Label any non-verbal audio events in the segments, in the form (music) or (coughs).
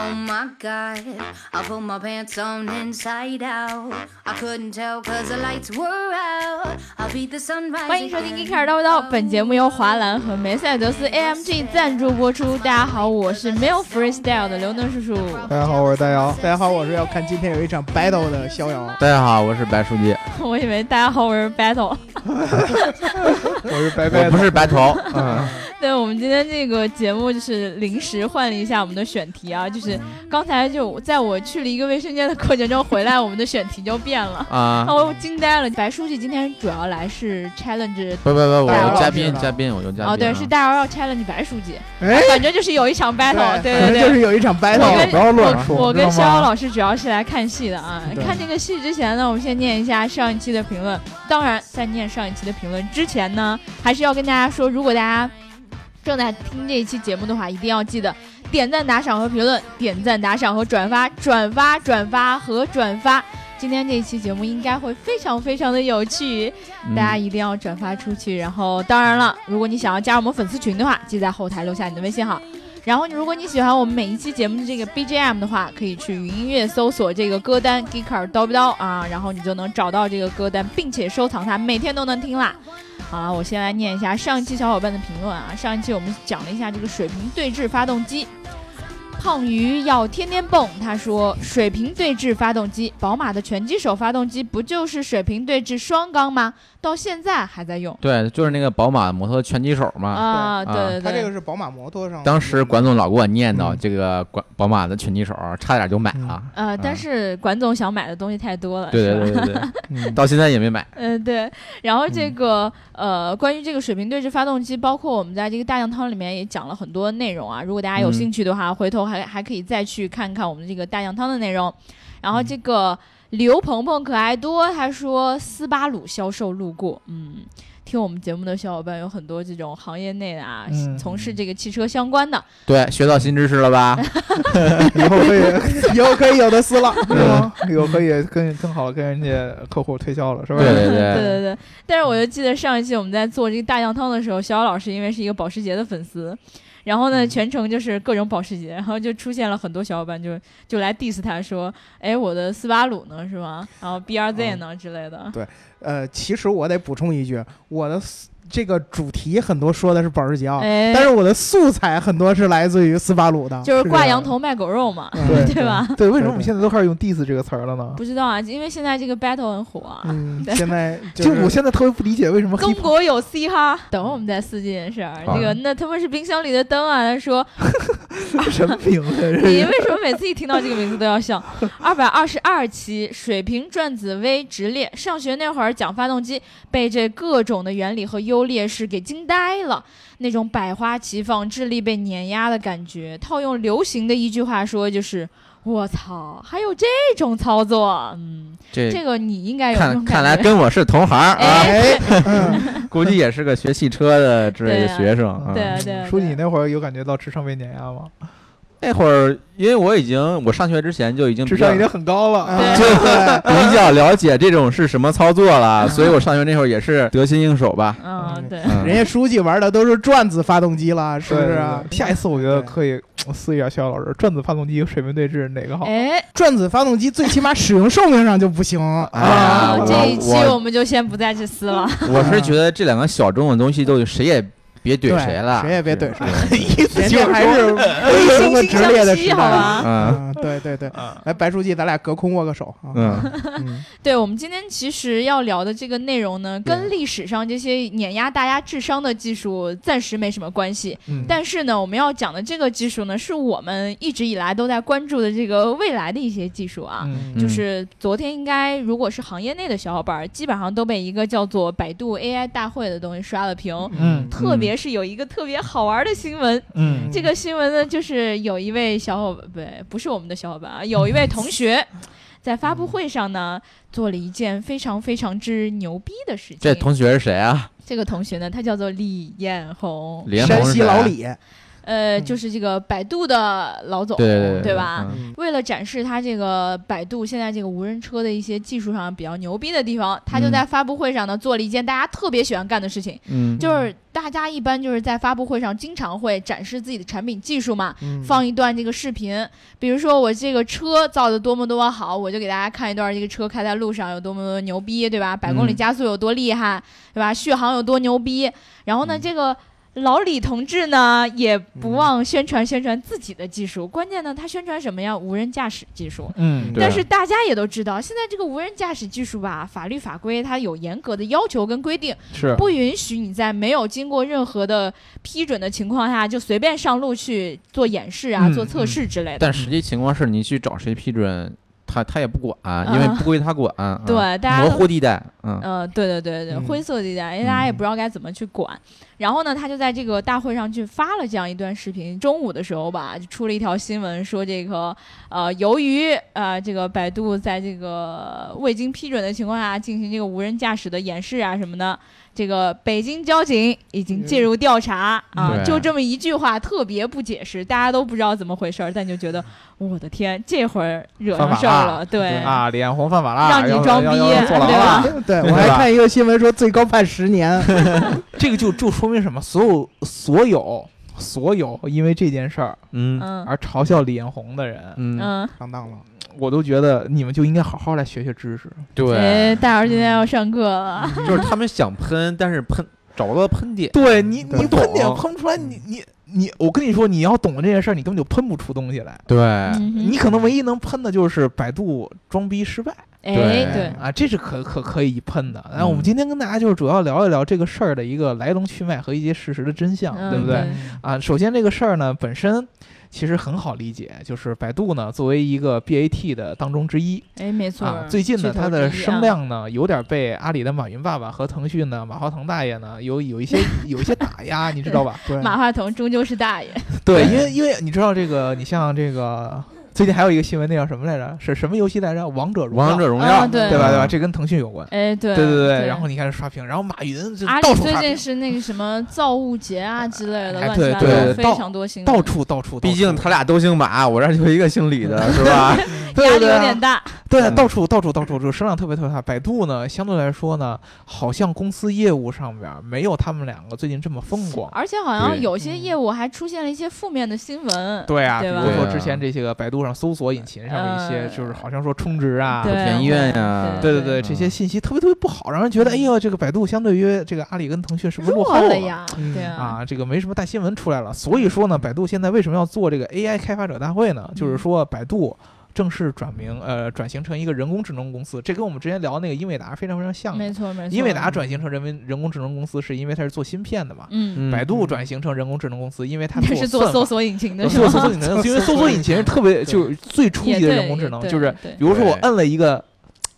Oh my God. I put my pants on inside out. I couldn't tell cause the lights were out. I'll beat the sunrise. 欢迎收听《一开始叨叨叨》，本节目由华兰和梅赛德斯 AMG 赞助播出。大家好，我是没有 freestyle 的刘能叔叔。 (laughs) 大家好，我是大姚。大家好，我是要看今天有一场 battle 的逍遥，大家好，我是白书记，我以为大家好，我是 battle。 (laughs) 我是白白我不的，是白 (laughs) 头，对我们今天这个节目就是临时换了一下我们的选题啊，就是刚才就在我去了一个卫生间的过程中回来，我们的选题就变 (laughs) 了。啊啊，，我惊呆了！白书记今天主要来是 challenge，不不不，我大姚老有师嘉宾吧嘉宾，我有嘉宾啊，哦对，是大姚要 challenge 白书 (laughs) 记，哎，反正就是有一场 battle，对哎反正对就是有一场我 battle，跟不要乱说，我我跟知逍道吗遥老师主要是来看戏的啊。对看这个戏之前呢，我们先念一下上一期的评论。当然，在念上一期的评论之前呢，还是要跟大家说，如果大家正在听这一期节目的话，一定要记得点赞、打赏和评论，点赞、打赏和转发，转发、转发和转发。今天这一期节目应该会非常非常的有趣，嗯大家一定要转发出去。然后，当然了，如果你想要加入我们粉丝群的话，记得在后台留下你的微信号。然后，如果你喜欢我们每一期节目的这个 BGM 的话，可以去云音乐搜索这个歌单 “Geeker 叨不叨”啊，然后你就能找到这个歌单，并且收藏它，每天都能听啦。好了，我先来念一下上一期小伙伴的评论啊。上一期我们讲了一下这个水平对置发动机，胖鱼要天天蹦。他说，水平对置发动机，宝马的拳击手发动机不就是水平对置双缸吗？到现在还在用对，就是那个宝马摩托拳击手嘛，啊！对对对他这对，个是宝马摩托上，当时管 (laughs) 总老给我念叨嗯这个管宝马的拳击手，差点就买了，呃，但是管总想买的东西太多了，啊对是吧对对 (laughs) 对对，嗯到现在也没买，嗯，对。然后嗯这个、呃，关于这个水平对置发动机，包括我们在这个大酱汤里面也讲了很多内容啊。如果大家有嗯兴趣的话，回头还还可以再去看看我们这个大酱汤的内容。然嗯后这个刘鹏鹏可爱多他说斯巴鲁销售路过，嗯。听我们节目的小伙伴有很多这种行业内的啊，嗯从事这个汽车相关的，对，学到新知识了 (laughs) 吧？以后可 (laughs) 以，以后可以有的撕了，是吗？嗯以后可以更更好地跟人家客户推销了，是吧？对 (laughs) 对对对，对对，但是我就记得上一期我们在做这个大酱汤的时候，小姚老师因为是一个保时捷的粉丝，然后呢全程就是各种保时捷，然后就出现了很多小伙伴就就来 diss 他说，哎我的斯巴鲁呢是吗？然后 BRZ 呢、之类的，呃，其实我得补充一句，我的 s- 这个主题很多说的是保时捷哦啊，哎但，是我的素材很多是来自于斯巴鲁的，就是这挂样羊头卖狗肉嘛，嗯对对吧？对，为什么我们现在都开始用 diss 这个词儿了呢？不知道啊，因为现在这个 battle 很火啊。嗯，对 (laughs) 现在就我是现在特别不理解为什么中 hip 国有嘻哈，等会儿我们再撕这件事儿。好这个那他妈是冰箱里的灯啊！他说 hop 什么名字？这啊你是为什么每次一听到这个名字都要笑？二百二十二期水平转子微直列，上学那会儿讲发动机，被这各种的原理和优劣势给惊呆了，那种百花齐放、智力被碾压的感觉。套用流行的一句话说，就是我操，还有这种操作？嗯，这这个你应该有这看种看来感觉。跟我是同行啊，哎， (laughs) (laughs) 估计也是个学汽车的之类的学生啊。对啊对啊，书记，对你啊那会儿有感觉到智商被碾压吗？嗯那会儿因为我已经我上学之前就已经智比较商已经很高了，啊对 (laughs) 对 (laughs) 比较了解这种是什么操作了， (laughs) 所以我上学那会儿也是得心应手吧。嗯，对。人 (laughs) 嗯，家书记玩的都是转子发动机了，是是不不是是啊啊？？下一次我觉得对可以我撕一下逍遥老师，转子发动机和水平对峙哪个好？哎，转子发动机最起码使用寿命上就不行啊好我这一期我我们就先不再去撕了。我是觉得这两个小众的东西都谁也别怼谁了，谁也别怼谁是。 (laughs) 意思就是说还是惺这么惺直烈的相惜，时好代。吧？ (laughs) 嗯嗯，对对对，来白书记，咱俩隔空握个手啊。嗯，嗯，对我们今天其实要聊的这个内容呢，跟历史上这些碾压大家智商的技术暂时没什么关系。嗯但是呢，我们要讲的这个技术呢，是我们一直以来都在关注的这个未来的一些技术啊。嗯嗯就是昨天应该，如果是行业内的小伙伴儿，基本上都被一个叫做百度 AI 大会的东西刷了屏。嗯特别是有一个特别好玩的新闻，嗯这个新闻呢，就是有一位小伙伴，不对，不是我们的小伙 (laughs) 伴啊，有一位同学嗯在发布会上呢，做了一件非常非常之牛逼的事情。这同学是谁啊？这个同学呢，他叫做李彦宏，李彦山宏是西谁啊老李，呃，嗯就是这个百度的老总，对对对，吧？嗯为了展示它这个百度现在这个无人车的一些技术上比较牛逼的地方，它就在发布会上呢做了一件大家特别喜欢干的事情，嗯，就是大家一般就是在发布会上经常会展示自己的产品技术嘛，嗯放一段这个视频，比如说我这个车造的多么多么好，我就给大家看一段这个车开在路上有多么多么牛逼，对吧？百公里嗯加速有多厉害，对吧？续航有多牛逼。然后呢，嗯这个老李同志呢也不忘宣传宣传自己的技术，关键呢他宣传什么呀？无人驾驶技术。嗯，对啊但是大家也都知道，现在这个无人驾驶技术吧，法律法规它有严格的要求跟规定，是不允许你在没有经过任何的批准的情况下就随便上路去做演示啊、嗯做测试之类的。但实际情况是你去找谁批准，他他也不管，因为不归他管。啊对，大家模都糊地带，嗯，呃，对对对对，嗯灰色地带，因为大家也嗯不知道该怎么去管。然后呢，他就在这个大会上去发了这样一段视频。中午的时候吧，就出了一条新闻，说这个呃，由于呃这个百度在这个未经批准的情况下进行这个无人驾驶的演示啊什么的，这个北京交警已经介入调查、啊。对就这么一句话，特别不解释，大家都不知道怎么回事儿，但就觉得我的天，这会儿惹犯上法事儿了了，对啊，脸红犯法啦，让你要装逼要要要坐牢对吧了， (laughs) 对对我还吧看一个新闻说最高判十 (laughs) 年，这个就就说明什么？所有所有所有因为这件事儿嗯嗯而嘲笑李彦宏的人，嗯，嗯。上当了。我都觉得你们就应该好好来学学知识。对哎，，大姚今天要上课了，就是他们想喷，但是喷找不到喷点。对你，对你喷点懂喷不出来，你你你，我跟你说，你要懂这件事儿，你根本就喷不出东西来。对，嗯哼哎你可能唯一能喷的就是百度装逼失败，哎对对，啊，这是可可可以喷的。那嗯我们今天跟大家就是主要聊一聊这个事儿的一个来龙去脉和一些事实的真相，嗯对不对对？啊，首先这个事儿呢本身其实很好理解，就是百度呢作为一个 BAT 的当中之一哎，没错啊儿，，最近呢巨头它的之一声啊，量呢有点被阿里的马云爸爸和腾讯的马化腾大爷呢有有一些有一些打压，你知道 (laughs) 吧？对， (laughs) 马化腾终究是大爷，对，因为因为你知道这个，你像这个最近还有一个新闻，那叫什么来着？是什么游戏来着？王者荣耀，王者荣啊耀，对对吧？对吧？这跟腾讯有关。哎，对对对对，然后你开始刷屏，然后马云就阿到里处最刷近屏，是那个什么造物节啊之类的，哎乱对七八糟对非到常多新闻，到处到处，毕竟到处他俩都姓马，我这儿就一个姓李的，是吧？压对对力对有啊点大，对啊，嗯到处到处到处，就声量特别特别大。百度呢，相对来说呢，好像公司业务上边儿没有他们两个最近这么风光。而且好像对有些嗯业务还出现了一些负面的新闻，对啊，对吧比如说对啊之前这些个百度上搜索引擎上面一些，嗯就是好像说充值啊，对填院呀，对对对对，这些信息特别特别不好，让人觉得哎呦，这个百度相对于这个阿里跟腾讯是不是嗯落弱后了？呀，嗯对啊，嗯啊，这个没什么大新闻出来了。所以说呢，百度现在为什么要做这个 AI 开发者大会呢？就是说百度。正式转名，呃，转型成一个人工智能公司，这跟我们之前聊那个英伟达非常非常像的。没错没错，英伟达转型成人为人工智能公司，是因为它是做芯片的嘛？嗯，嗯百度转型成人工智能公司，因 (laughs) 为它那是做算搜法索引擎的做是吧？搜索引 (laughs) 擎，因为搜索引擎是特别就是最初也级的对人工智也能，对就是对比如说我对摁了一个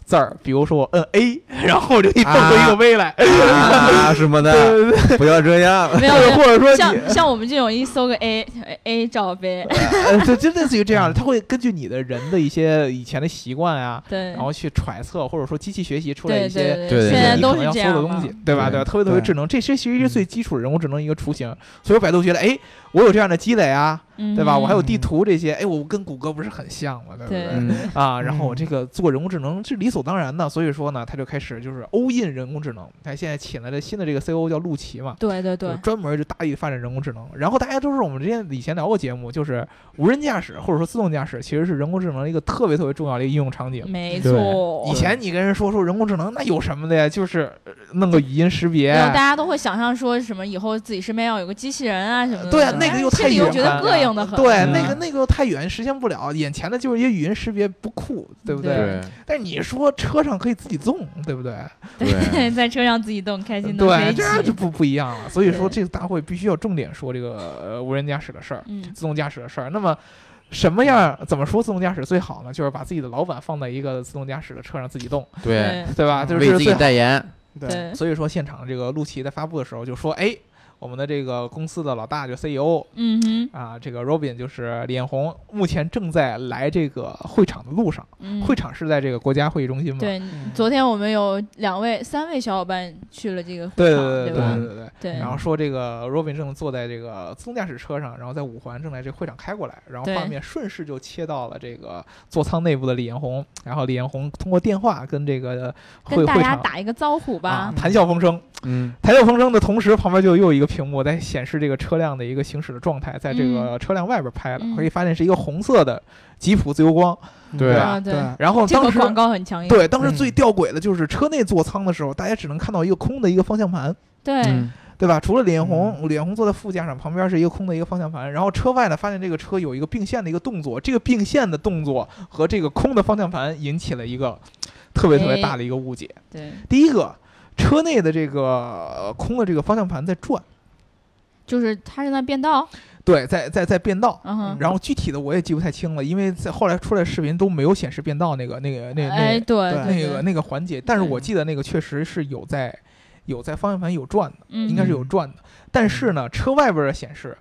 字儿，比如说我摁 A，然 (laughs) 后我就给你蹦出一啊个 V 来，啊什么的，对对对不要这样。没有没有 (laughs) 或者说你像像我们这种一搜个 A A 罩杯，呃，对，就类似于这样的，它会根据你的人的一些以前的习惯啊， (laughs) 对，然后去揣测，或者说机器学习出来对一些对对对，对现在你都可能是要这搜样的嘛东西，对吧？对嗯对吧？特别特别对智能，这些其实是最基础的人工智能一个雏形。所以百度觉得，哎，我有这样的积累啊，嗯对吧？我还有地图这些，哎，我跟谷歌不是很像嘛，对不对对？嗯啊，然后我这个做人工智能是理所当然的，所以说呢，他就开始就是欧印人工智能，他现在请来的新的这个 CO 叫陆琪嘛，对对就对，专门就大力发展人工智能。然后大家都是我们之前以前聊过节目，就是无人驾驶或者说自动驾驶，其实是人工智能一个特别特别重要的一个应用场景。没对错。以前你跟人说说人工智能，那有什么的呀？就是呃弄个语音识别，啊然后大家都会想象说什么以后自己身边要有个机器人啊什么的，对啊但，是那个又心太里远又了，觉得膈应的很。对，嗯那个那个又太远，实现不了。眼前的就是一些语音识别不酷，对不对对但是你说车上可以自己纵，对不对？对 (laughs) 在车上自己动，开心的对，飞这样就起。不不一样了。所以说，对这个大会必须要重点说这个呃无人驾驶的事儿、嗯，自动驾驶的事儿。那么。什么样儿怎么说自动驾驶最好呢？就是把自己的老板放在一个自动驾驶的车上自己 (laughs) 动，对，啊对吧？嗯就是为这是自己最好。代言，对，对所以说，现场这个陆琪在发布的时候就说：“哎，我们的这个公司的老大就 CEO 嗯哼啊，这个 Robin 就是李彦宏，目前正在来这个会场的路上。嗯，会场是在这个国家会议中心嘛？对嗯，昨天我们有两位、三位小伙伴去了这个会对场，对对吧？对对对。对，然后说这个 Robin 正坐在这个自动驾驶车上，然后在五环正在这个会场开过来，然后对画面顺势就切到了这个座舱内部的李彦宏，然后李彦宏通过电话跟这个会跟大会家场打一个招呼吧啊。谈笑风生，嗯，谈笑风生的同时，旁边就又有一个屏幕在显示这个车辆的一个行驶的状态，在这个车辆外边拍的，嗯可以发现是一个红色的吉普自由光。对啊对对，然后这当个时广告很强硬，对当时最嗯吊诡的就是车内座舱的时候，大家只能看到一个空的一个方向盘。对嗯对吧？除了李彦宏，李彦宏坐在副驾上，旁边是一个空的一个方向盘。然后车外呢，发现这个车有一个并线的一个动作，这个并线的动作和这个空的方向盘引起了一个特别特别大的一个误解。对，第一个，车内的这个呃空的这个方向盘在转，就是他正在变道，对，在在在变道。嗯哼，然后具体的我也记不太清了，因为在后来出来视频都没有显示变道那个那个那个哎，那个对对那个，那个环节，但是我嗯记得那个确实是有在有在方向盘有转的。应该是有嗯转的。但是呢，车外边的显示，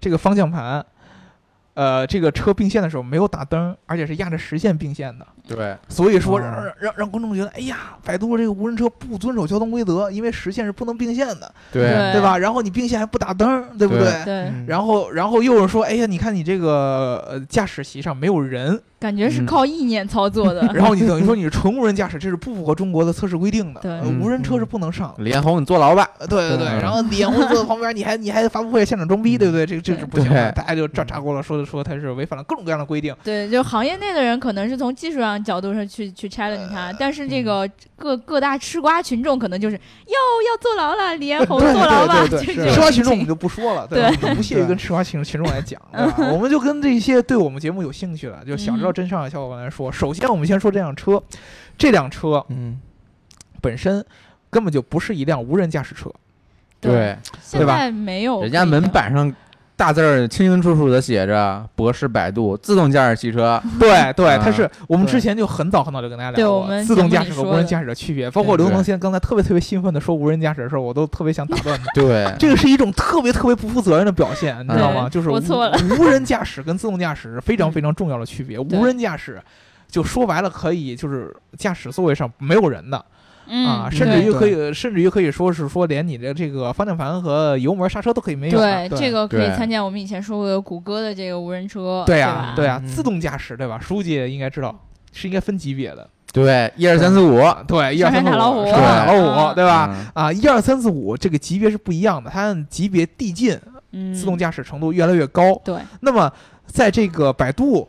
这个方向盘，呃，这个车并线的时候没有打灯，而且是压着实线并线的。对，所以说哦让让让让观众觉得，哎呀，百度这个无人车不遵守交通规则，因为实线是不能并线的，对，对吧？然后你并线还不打灯，对不对嗯对，嗯然后，然后又是说，哎呀，你看你这个呃驾驶席上没有人，感觉是嗯靠意念操作的， (laughs) 然后你等于说你是纯无人驾驶，这是不符合中国的测试规定的，对呃无人车是不能上的。李彦宏，你坐牢吧。呃对对对，对然后李彦宏坐在旁边，你还你还发布会现场装逼，对不对？这个这是不行的，对大家就炸炸锅了，说说他是违反了各种各样的规定。对，就行业内的人可能是从技术上角度上去去 challenge 他，呃但是嗯这个各各大吃瓜群众可能就是要要坐牢了， (laughs) 李彦宏对坐对牢吧，就对是是这种吃瓜群事众我情们就不说了，吧？我们不屑于跟吃瓜群群众来讲，对吧？我们就跟这些对我们节目有兴趣的，就想知道真相的小伙伴来说，首先我们先说这辆车，这辆车嗯，本身根本就不是一辆无人驾驶车，对，现对吧在没有人家可以门的板上大字儿清清楚楚的写着“博士百度自动驾驶汽车 (laughs) 对对，它啊是我们对之前就很早很早就跟大家对聊我过们自节动目驾里驶和说无人的驾驶的区别，包括对刘能现在刚才特别特别兴奋的说无人驾驶的时候，我都特别想打断他”。。对，这个是一种特别特别不负责任的表现，你知道吗？对就是我错了嗯无无人驾驶跟自动驾驶是非常非常重要的区别。对无人驾驶就说白了，可以就是驾驶座位上没有人的嗯啊，甚至对于可以，甚至于可以说是说连你的这个方向盘和油门、刹车都可以没有的。对这个可以对参见我们以前说过的谷歌的这个无人车，对呀啊，，对啊，嗯自动驾驶对吧？书记应该知道是应该分级别的， (laughs) 对，一二三四五，对，一二上三山四打老五，虎上山打老啊虎，对吧？嗯？啊，一二三四五这个级别是不一样的，它按级别递进，嗯，自动驾驶程度越来越高。对，那么在这个百度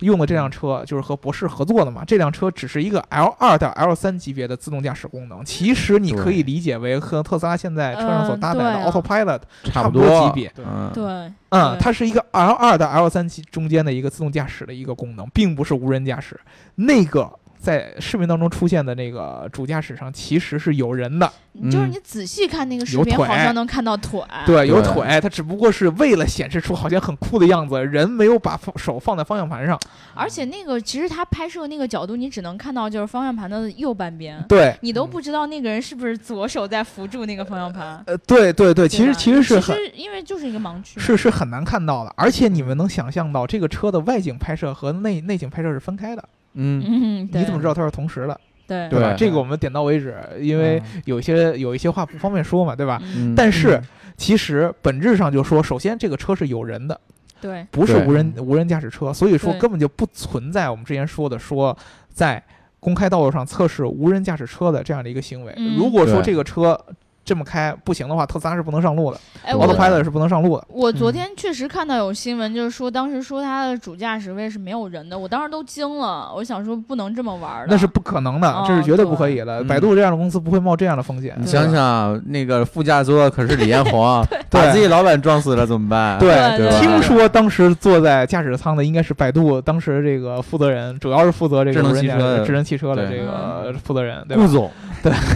用的这辆车，就是和博士合作的嘛，这辆车只是一个 L 二到 L 三级别的自动驾驶功能，其实你可以对理解为和特斯拉现在车上所嗯搭载对的啊 Autopilot 差不不多级别。嗯，对，嗯，对它是一个 L 二到 L 三中间的一个自动驾驶的一个功能，并不是无人驾驶。那个在视频当中出现的那个主驾驶上其实是有人的，就是嗯你仔细看那个视有频，腿好像能看到腿，对，有对腿，它只不过是为了显示出好像很酷的样子，人没有把方手放在方向盘上。而且那个其实他拍摄那个角度，你只能看到就是方向盘的右半边，对，嗯你都不知道那个人是不是左手在扶住那个方向盘。呃，对对对，对 (laughs) 其实吧其实是很其实因为就是一个盲区嘛，是是很难看到的，而且你们能想象到这个车的外景拍摄和内内景拍摄是分开的，嗯，嗯，对你怎么知道它是同时的？对对吧？这个我们点到为止，因为有一些有一些话不方便说嘛，对吧？嗯但是其实本质上就说，首先这个车是有人的，对不是对无人无人驾驶车，所以说对根本就不存在我们之前说的说在公开道路上测试无人驾驶车的这样的一个行为。嗯如果说对这个车这么开不行的话，特斯拉是不能上路的哎，我我的，Autopilot 是不能上路的。我昨天确实看到有新闻，就是说当时说它的主驾驶位是没有人的，我当时都惊了，我想说不能这么玩儿的。那是不可能的哦，这是绝对不可以的。对百度这样的公司不会冒这样的风险。嗯你对想想，那个副驾座可是李彦宏，把自己老板撞死了怎么办？对对对听吧说当时坐在驾驶舱的应该是百度当时这个负责人，主要是负责这个智能无人驾汽车的智能汽车的对这个嗯负责人， (laughs) 对吧顾？总，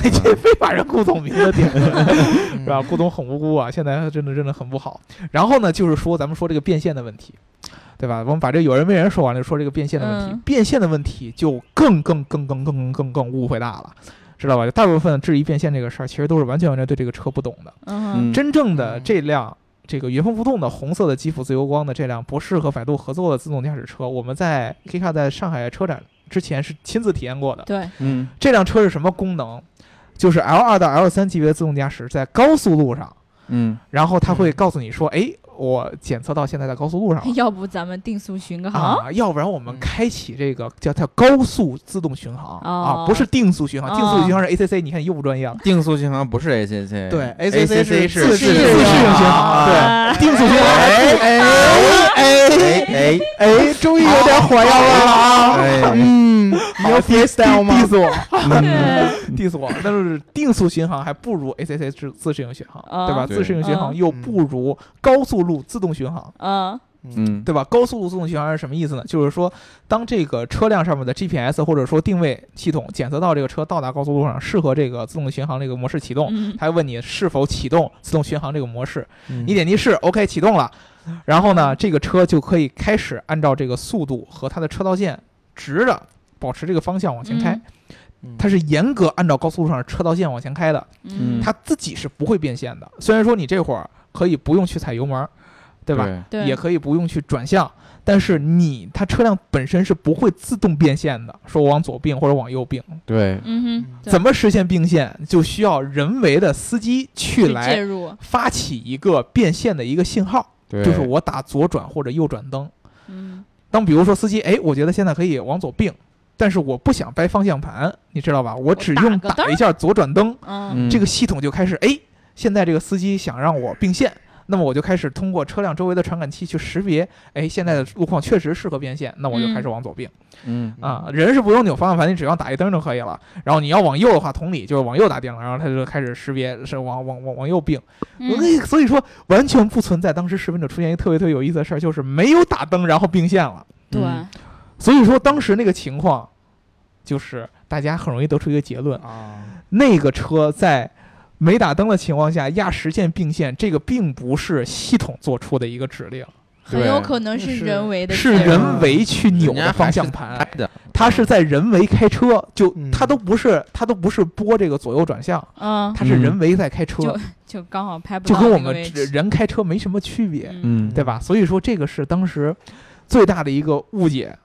这非把人顾总名字顶了，是吧？顾总很无辜啊，现在真的真的很不好。然后呢，就是说咱们说这个变现的问题，对吧？我们把这有人没人说完了，就说这个变现的问题。嗯变现的问题就更更更更更更更更误会大了。知道吧？就大部分质疑变现这个事儿，其实都是完全完全对这个车不懂的。嗯哼，真正的嗯这辆这个原封不动的红色的基辅自由光的这辆博世和百度合作的自动驾驶车，我们在 Kika 在上海车展之前是亲自体验过的。对，嗯这辆车是什么功能？就是 L 二到 L 三级别的自动驾驶在高速路上，嗯，然后它会告诉你说：“哎，我检测到现在在高速路上了。” (laughs) 要不咱们定速巡个航？啊，要不然我们开启这个叫它高速自动巡航、哦啊，不是定速巡航，哦定速巡航是 ACC，你看你又不专业了。定速巡航不是 ACC，对 ACC 是是自适应自适应巡航对啊定速巡航还哎哎哎哎哎，终于有点火药味了啊！哎，嗯，你要 freestyle 吗？ diss 我， (laughs) 对，嗯 diss 我，但是定速巡航还不如 ACC 自自适应巡航，啊对吧？对自适应巡嗯航又不如高速路自动巡航，嗯嗯，对吧？高速路自动巡航是什么意思呢？就是说，当这个车辆上面的 GPS 或者说定位系统检测到这个车到达高速路上，适合这个自动巡航这个模式启动，嗯，它会问你是否启动自动巡航这个模式。嗯你你点击是，OK，启动了。然后呢，这个车就可以开始按照这个速度和它的车道线直着保持这个方向往前开。嗯它是严格按照高速路上的车道线往前开的，嗯，它自己是不会变线的。虽然说你这会儿可以不用去踩油门儿，对吧？对，也可以不用去转向，但是你它车辆本身是不会自动变线的，说我往左并或者往右并。对，嗯哼，对怎么实现并线，就需要人为的司机去去介来入？嗯发起一个变线的一个信号，对就是我打左转或者右转灯。嗯，当比如说司机，哎，我觉得现在可以往左并，但是我不想掰方向盘，你知道吧？我只打用个灯打一下左转灯，嗯，嗯这个系统就开始，哎，现在这个司机想让我并线，那么我就开始通过车辆周围的传感器去识别，哎，现在的路况确实适合变线，那我就开始往左并、嗯啊。人是不用扭方向盘，你只要打一灯就可以了。然后你要往右的话，同理就是往右打灯，然后它就开始识别是往往往往右并。我嗯那个所以说完全不存在当时视频者出现一个特别特别有意思的事儿，就是没有打灯然后并线了。对，嗯所以说当时那个情况，就是大家很容易得出一个结论：啊，那个车在没打灯的情况下压实线并线，这个并不是系统做出的一个指令，很有可能是是人为的是介入人为去扭的方向拍盘，的，它是在人为开车，就嗯它都不是它都不是拨这个左右转向，嗯，它是人为在开车，就刚好拍不就到跟我那个们位置人开车没什么区别。嗯对吧？所以说这个是当时最大的一个误解，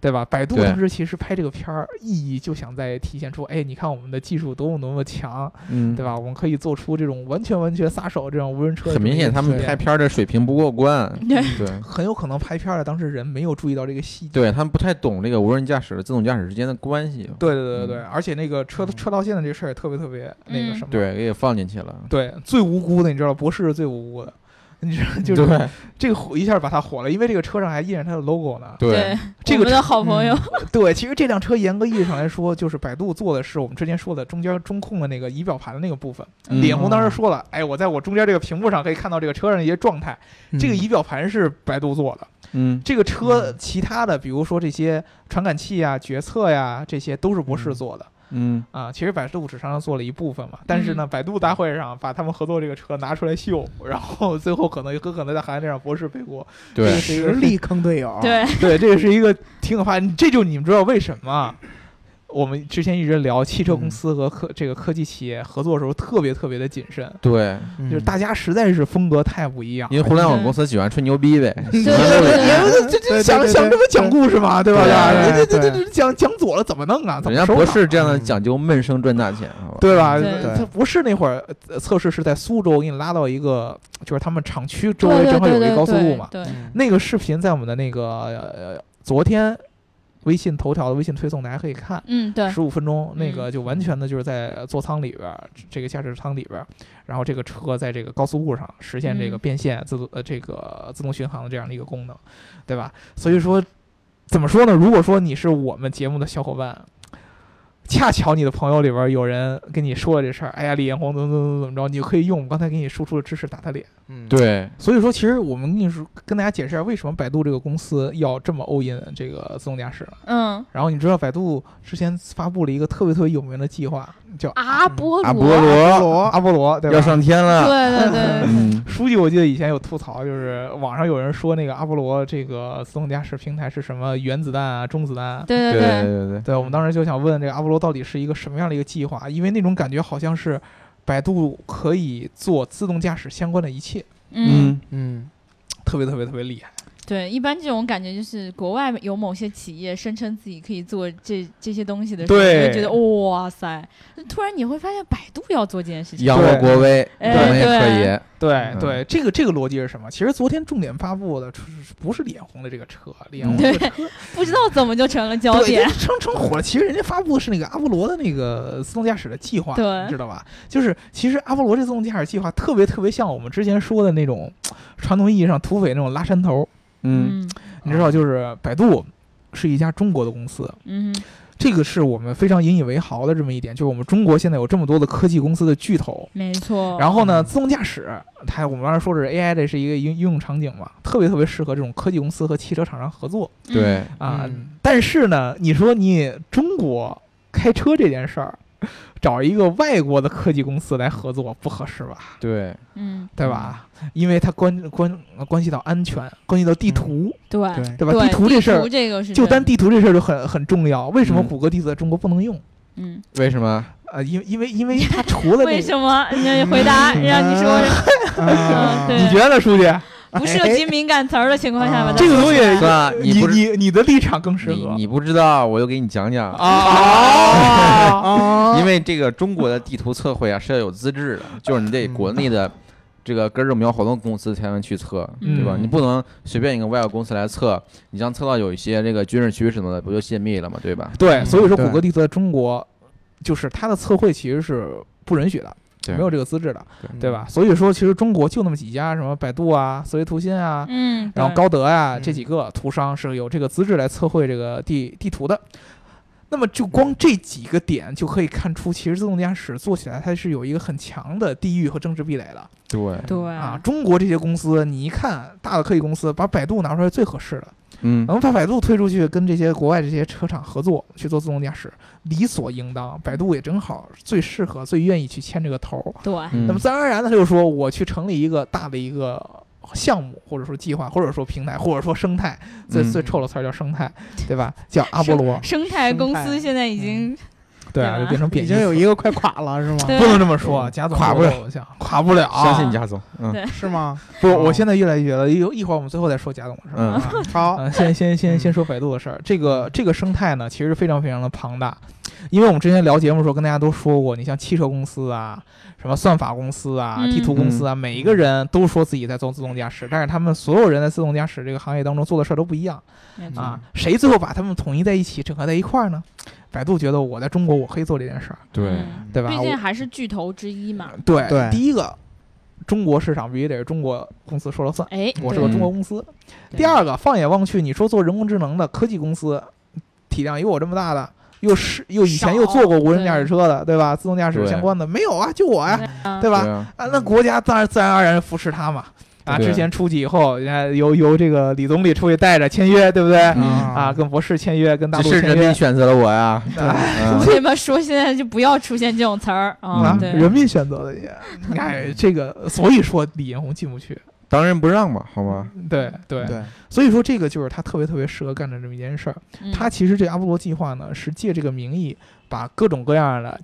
对吧？百度对当时其实拍这个片儿意义就想在体现出，哎，你看我们的技术多么多么强，嗯对吧？我们可以做出这种完全完全撒手这种无人车的很明显，这他么一个们体验拍片儿的水平不过关，对 (laughs) 对很有可能拍片儿的当时人没有注意到这个细节。对，他们不太懂这个无人驾驶和自动驾驶之间的关系，对对对对对，嗯而且那个车嗯车道线的这事儿也特别特别那个什么，对，给放进去了，对，最无辜的你知道，博士是最无辜的，你知道就是对这个火一下把它火了，因为这个车上还印着它的 logo 呢。对，这我个嗯们的好朋友，对，其实这辆车严格意义上来说，就是百度做的是我们之前说的中间中控的那个仪表盘的那个部分。嗯脸红当时说了，哎，我在我中间这个屏幕上可以看到这个车上的一些状态。这个仪表盘是百度做的，嗯这个车嗯其他的，比如说这些传感器啊、决策呀、这些都是博士嗯做的。嗯，啊，其实百度只上做了一部分嘛，但是呢，嗯百度大会上把他们合作这个车拿出来秀，然后最后可能很可能在含量上博士背锅。对，实力 (laughs) 坑队友，对，对，这个是一个挺可怕的，这就你们知道为什么？我们之前一直聊汽车公司和科、这个科技企业合作的时候特别特别的谨慎，对，嗯，就是大家实在是风格太不一样了。因为互联网公司喜欢吹牛逼呗，对对对对对对对这对这想想这么讲故事嘛，对吧？对啊对对对啊对，讲讲左了怎么弄啊？怎人么家收博啊士这样的讲究闷声赚大钱，好吧？对吧？对他不是那会儿呃测试是在苏州，给你拉到一个就是他们厂区周围对正好对有一对个高速对路嘛。对，嗯那个视频在我们的那个呃昨天微信头条的微信推送大家可以看。嗯对，嗯十五分钟，那个就完全的就是在座舱里边儿，这个驾驶舱里边儿，然后这个车在这个高速路上实现这个嗯变线自动呃这个自动巡航的这样的一个功能，对吧？所以说，怎么说呢？如果说你是我们节目的小伙伴。恰巧你的朋友里边儿有人跟你说了这事儿，哎呀，李彦宏怎么怎么怎么着，你就可以用我们刚才给你输出的知识打他脸。嗯对，所以说，其实我们跟你说，跟大家解释一下为什么百度这个公司要这么 all in 这个自动驾驶了。嗯，然后你知道百度之前发布了一个特别特别有名的计划，叫阿波阿波罗，罗阿嗯波啊罗，对吧？要上天了，对对对对，嗯，书记我记得以前有吐槽，就是网上有人说那个阿波罗这个自动驾驶平台是什么原子弹啊、中子弹啊。对对对嗯对对，对，我们当时就想问这个阿波楼到底是一个什么样的一个计划，因为那种感觉好像是百度可以做自动驾驶相关的一切，嗯，嗯，特别特别特别厉害。对，一般这种感觉就是国外有某些企业声称自己可以做这这些东西的时候，你对就觉得哇塞，突然你会发现百度要做这件事情，扬我国威，我哎们也可以。对嗯对，这个这个逻辑是什么？其实昨天重点发布的出不是脸红的这个车，脸红的车，不知道怎么就成了焦对，点就。是成成火了。其实人家发布的是那个阿波罗的那个自动驾驶的计划，对你知道吧？就是其实阿波罗这自动驾驶计划特别特别像我们之前说的那种传统意义上土匪那种拉山头，嗯，嗯你知道，就是百度是一家中国的公司，嗯哼，这个是我们非常引以为豪的这么一点，就是我们中国现在有这么多的科技公司的巨头。没错。然后呢，自动驾驶，它我们刚才说的是 AI 这是一个应应用场景嘛，特别特别适合这种科技公司和汽车厂商合作嗯对，啊。嗯但是呢，你说你中国开车这件事儿，找一个外国的科技公司来合作不合适吧？对，嗯，对吧？因为它关关关系到安全，关系到地图， (laughs) 对对，对吧？对，地图这事地图儿，这个是就真单地图这事儿就很很重要。为什么嗯谷歌地图在中国不能用？嗯，为什么？呃，因为因为因为它除了那为个，什么？你回答嗯让你说啊嗯对你觉得呢，书记？不涉及敏感词儿的情况下吧，哎啊这个咱东说西出来是吧？哎你不是你你的立场更适你合你不知道，我就给你讲讲。 (laughs) 啊。啊，因为这个中国的地图测绘啊是要有资质嗯的，就是你得国内的这个根正苗红的公司才能去测，对吧？嗯你不能随便一个外国公司来测，你像测到有一些这个军事区什么的，不就泄密了嘛，对吧？对，所以说对谷歌地图在中国，就是它的测绘其实是不允许的，对没有这个资质的，嗯对吧？？所以说，其实中国就那么几家，什么百度啊、搜维图新啊，嗯，然后对高德啊嗯这几个图商是有这个资质来测绘这个地地图的。那么就光这几个点就可以看出，其实自动驾驶做起来它是有一个很强的地域和政治壁垒的对，对啊。中国这些公司，你一看大的科技公司，把百度拿出来是最合适的，嗯能把百度推出去跟这些国外这些车厂合作去做自动驾驶，理所应当。百度也正好最适合、最愿意去牵这个头儿。对，嗯那么自然而然的，他就说我去成立一个大的一个项目，或者说计划，或者说平台，或者说生态，最嗯最臭的词儿叫生态，对吧？叫阿波罗，生态公生司态现在已经对对啊，吧就变成贬已义经词有一个快垮了是吗？对嗯不能这么说，啊贾总垮不了是我的偶像，垮不了。啊相信嗯贾总，嗯对是吗？不，哦我现在越来越觉得，一一会儿我们最后再说贾总的事儿嗯啊。好，嗯啊，先先先先说百度的事儿，这个这个生态呢，其实非常非常的庞大，因为我们之前聊节目的时候跟大家都说过，你像汽车公司啊，什么算法公司啊、嗯地图公司啊，每一个人都说自己在做自动驾驶，但是他们所有人在自动驾驶这个行业当中做的事儿都不一样没嗯错啊，谁最后把他们统一在一起，整合在一块儿呢？百度觉得我在中国我可以做这件事儿，对嗯对吧？毕我竟还是巨头之一嘛。对对第一个，中国市场必须得是中国公司说了算。哎，我是对嗯个中国公司。对第二个，放眼望去，你说做人工智能的科技公司，体量有我这么大的，又是又以前少又做过无人驾驶车的，对吧？自动驾驶对相关的没有啊，就我呀，啊对吧？吧？啊，那国家当然自然而然扶持他嘛。啊，对之前出去以后，人家由由这个李总理出去带着签约，对不对？嗯啊，跟博士签约，跟大这陆哎是签人民约选择了我呀，嗯为什么说现在就不要出现这种词儿啊？啊，对，嗯人民选择的也，哎，这个所以说李彦宏进不去，当仁不让嘛，好吗？嗯对对，对，所以说这个就是他特别特别适合干的这么一件事儿。嗯他其实这阿波罗计划呢，是借这个名义，把各种各样的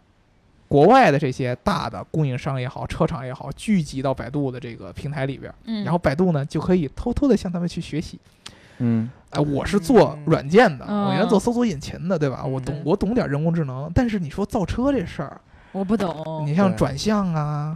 国外的这些大的供应商也好、车厂也好，聚集到百度的这个平台里边儿，嗯然后百度呢就可以偷偷的向他们去学习。嗯哎，我是做软件的，嗯我原来做搜索引擎的，对吧？我懂嗯，我懂点人工智能，但是你说造车这事儿，我不懂，你像对转向啊，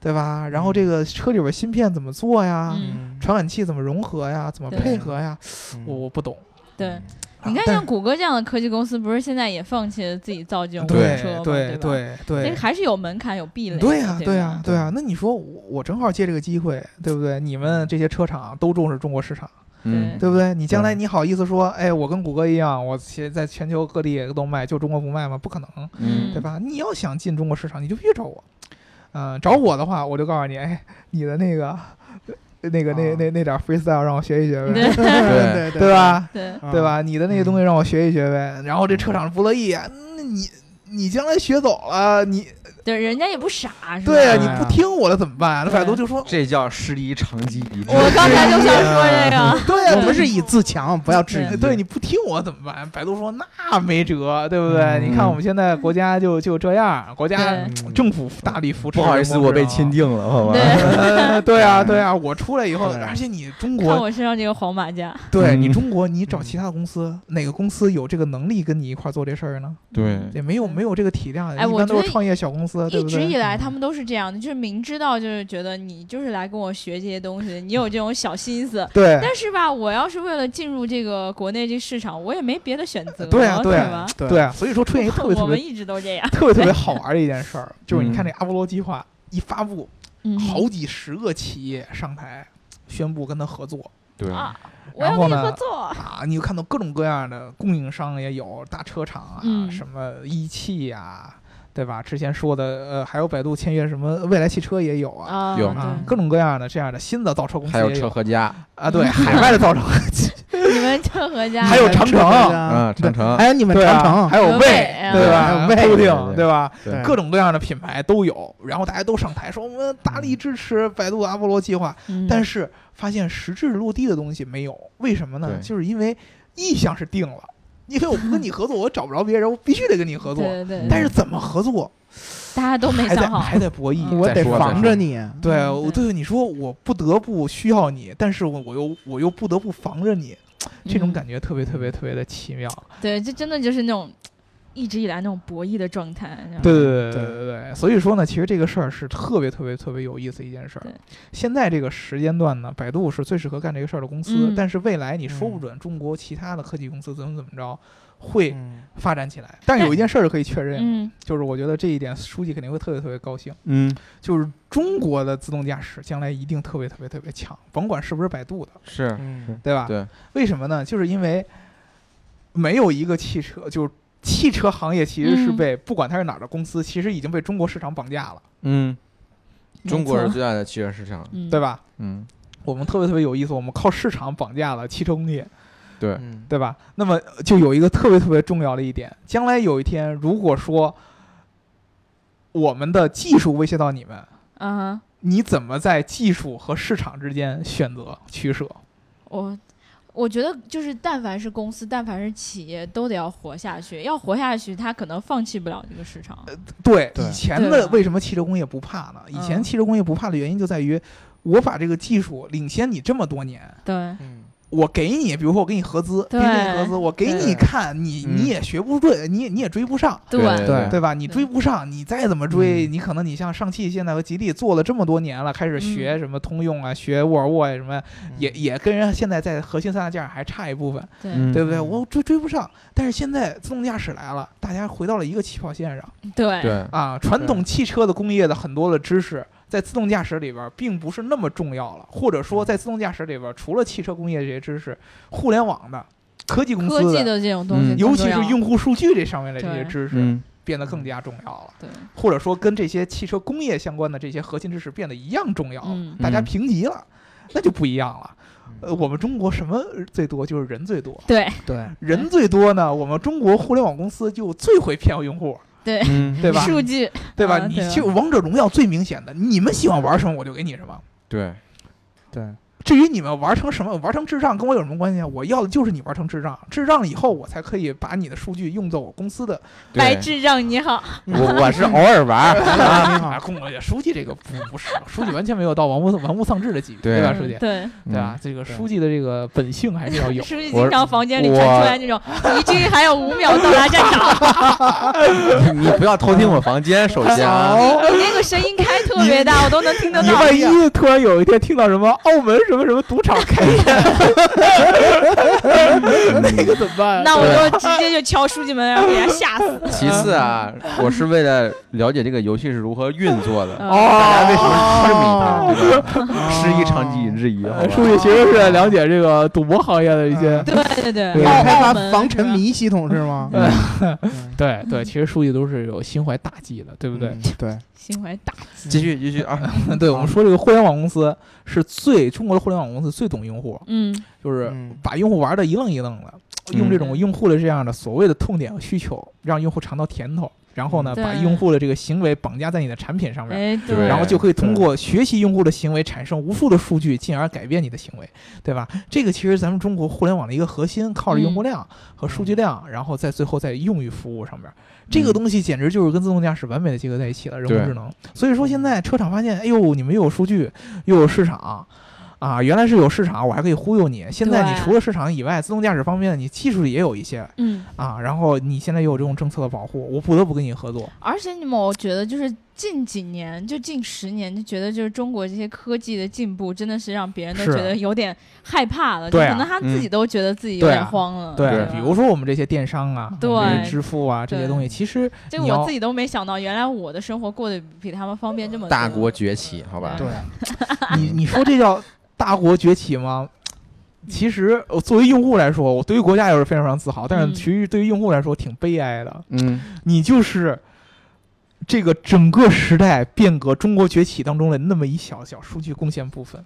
对吧？嗯然后这个车里边芯片怎么做呀？嗯传感器怎么融合呀？怎么对配合呀？嗯我我不懂。对，啊你看但像谷歌这样的科技公司，不是现在也放弃了自己造这种对车吗？对对吧，对这还是有门槛有壁垒的。对呀、啊对呀、呀，对呀、那你说我我正好借这个机会，对不对？你们这些车厂都重视中国市场，嗯，对不对？你将来对你好意思说，哎，我跟谷歌一样，我其在全球各地都卖，就中国不卖吗？不可能，嗯对吧？你要想进中国市场，你就必须找我。嗯、找我的话，我就告诉你，哎，你的那个。呃那个那啊那那点儿 freestyle 让我学一学呗， (laughs) 对对对？嗯吧？对，啊对？吧？你的那些东西嗯让我学一学呗。然后这车厂不乐意，那你你将来学走了，你对，人家也不傻，是吧？对啊，对你啊不听我的怎么办啊？那百度就说，这叫师夷长技以哦制我刚才就想说这个，对啊，我们你是以自强，不要质疑。对你不听我怎么办？百度说那没辙，对不对？嗯你看我们现在国家就就这样，国家对嗯政府大力扶持。不好意思，我被钦亲。定了，好吧？对，呃 (laughs) 对啊，对啊，我出来以 (laughs) 后，对而且你 (laughs) 中看国，啊我身上这个黄马甲，对嗯你中国，你找其他公司，哪个公司有这个能力跟你一块儿做这事儿呢？对也没有没有这个体量，哎一我般觉都得是创业小公司，对嗯一不直以对？来他们都是这样的，就是明知道就是觉得你就是来跟我学这些东西，你有这种小心思。对但是吧，我要是为了进入这个国内这市场，我也没别的选择，对啊对啊吧？对对啊，所以说出现一个特别 (laughs) 我特别们一直都这样，特别特别好玩的一件事儿，就是你看嗯这阿波罗计划一发布，嗯好几十个企业上台宣布跟他合作对啊，我然要后跟你呢合作，啊，你就看到各种各样的供应商也有，大车厂啊，嗯什么一汽呀、对吧？之前说的呃，还有百度签约什么未来汽车也有啊。啊，有啊，对，各种各样的这样的新的造车公司还有也车有和家，啊，对，海外的造车， (laughs) 你们特合家还哎有长城嗯，长城，还有哎你们对长啊，城，还有有蔚，蔚啊对吧？还有固蔚定，对吧？对各种各样的品牌都有，然后大家都上台说我们大力支持百度阿波罗计划，嗯是但是发现实质落地的东西没有，为什么呢？对就是因为意向是定了，因为我不跟你合作，我找不着别人，我必须得跟你合作。对嗯对，但是怎么合作大家都没还在想好还，在博弈。嗯我再得说再防说着你。对，嗯我对对你说，我不得不需要你，但是我我又我又不得不防着你，这种嗯感觉特别特别特别的奇妙。对，这真的就是那种一直以来那种博弈的状态。你知道吗对对对对对对对，所以说呢，其实这个事儿是特别特别特别有意思的一件事儿对。现在这个时间段呢，百度是最适合干这个事儿的公司，嗯但是未来你说不嗯准中国其他的科技公司怎么怎么着会嗯发展起来。但有一件事儿是可以确认的，嗯，就是我觉得这一点书记肯定会特别特别高兴，嗯，就是中国的自动驾驶将来一定特别特别特别强，甭管是不是百度的，是嗯对吧？对，为什么呢？就是因为没有一个汽车，就是汽车行业其实是嗯被、不管它是哪儿的公司，其实已经被中国市场绑架了，嗯，没中国是错最大的汽车市场，嗯对吧？嗯，我们特别特别有意思，我们靠市场绑架了汽车工业，对，嗯对吧？那么呃就有一个特别特别重要的一点，将来有一天，如果说我们的技术威胁到你们，啊哈，你怎么在技术和市场之间选择取舍？我我觉得就是，但凡是公司，但凡是企业，都得要活下去。要活下去，他可能放弃不了这个市场。呃对，对啊以前对的吧为什么汽车工业不怕呢？以前嗯汽车工业不怕的原因就在于，我把这个技术领先你这么多年，对，嗯我给你，比如说我给你合资，对逼着你合资，我给你对看，你嗯你也学不对，你也你也追不上。对对对吧？你对追不上，你再怎么追，嗯你可能你像上汽现在和吉利做了这么多年了，开始学嗯什么通用啊，学沃尔沃呀、什么，也嗯也跟人家现在在核心三大件还差一部分，对，嗯对不对？嗯我追追不上，但是现在自动驾驶来了，大家回到了一个起跑线上对，对，啊。传统汽车的工业的很多的知识，在自动驾驶里边儿并不是那么重要了，或者说在自动驾驶里边儿，除了汽车工业这些知识，互联网的、科技公科司技的，的这种东西嗯更重要，尤其是用户数据这上面的这对些知识，嗯，变得更加重要了。对，或者说跟这些汽车工业相关的这些核心知识变得一样重要，嗯大家嗯平级了，那就不一样了。呃，我们中国什么最多？就是人最多，对，对人最多呢，我们中国互联网公司就最会骗用户， (laughs) 嗯，对吧？数据，对吧？啊你对啊就王者荣耀最明显的，你们喜欢玩什么我就给你什么。对，对至于你们玩成什么，玩成智障跟我有什么关系啊？我要的就是你玩成智障，智障以后我才可以把你的数据用作我公司的对白智障你好，我我是偶尔玩儿，嗯啊，跟我书记这个不不是，书记完全没有到玩物玩物丧志的级别，对对吧，嗯书记？对，。嗯对啊吧？？这个对书记的这个本性还是要 (laughs) 有书记我经常房间里我传出来那种 (laughs) 敌军还有五秒到达战 (laughs) 场，你不要偷听我房间，首先啊，你那个声音开特别大，我都能听得哦你到。万一突然有一天听到什么澳门什么什么赌场 (laughs) 开业，嗯那个怎么办？那我就直接就敲书记门，然后给他吓 (laughs) 死。其次啊，我是为了了解这个游戏是如何运作的，嗯大家为什 (laughs) 哦，么痴迷它，对哦吧？ (laughs) 失一长技以制夷，好吧书记其实是了解这个赌博行业的一些。对对你对，要澳开发澳门防沉迷系统是吗？嗯嗯对对，其实书记都是有心怀大计的，对不对？嗯对，心怀大继续继续啊，嗯对，我们说这个互联网公司是最中国的互联网公司最懂用户，嗯就是嗯把用户玩的一愣一愣的，嗯用这种用户的这样的所谓的痛点和需求，让用户尝到甜头，然后呢，嗯对把用户的这个行为绑架在你的产品上面。哎，对然后就可以通对过学习用户的行为，产生无数的数据，进而改变你的行为，对吧？这个其实咱们中国互联网的一个核心，靠着用户量和数据量，然后再最后再用于服务上面。这个东西简直就是跟自动驾驶完美的结合在一起了，人对工智能。所以说现在车厂发现，哎呦，你们又有数据，又有市场。啊，原来是有市场，我还可以忽悠你。现在对你除了市场以外，自动驾驶方面你技术也有一些嗯，啊，然后你现在又有这种政策的保护，我不得不跟你合作。而且你们，我觉得就是近几年，就近十年，就觉得就是中国这些科技的进步，真的是让别人都是觉得有点害怕了，对啊就可能他自己都觉得自己有对啊点慌了。对，吧比如说我们这些电商啊，对我们这些支付啊这些东西，对 (laughs) 其实这个你要我自己都没想到，原来我的生活过得比他们方便这么多。大国崛起，好吧？对你你说这叫大国崛起嗯吗？其实我作为用户来说，我对于国家也是非常非常自豪，但是嗯其实对于用户来说挺悲哀的。嗯，你就是这个整个时代变革、中国崛起当中的那么一小小数据贡献部分。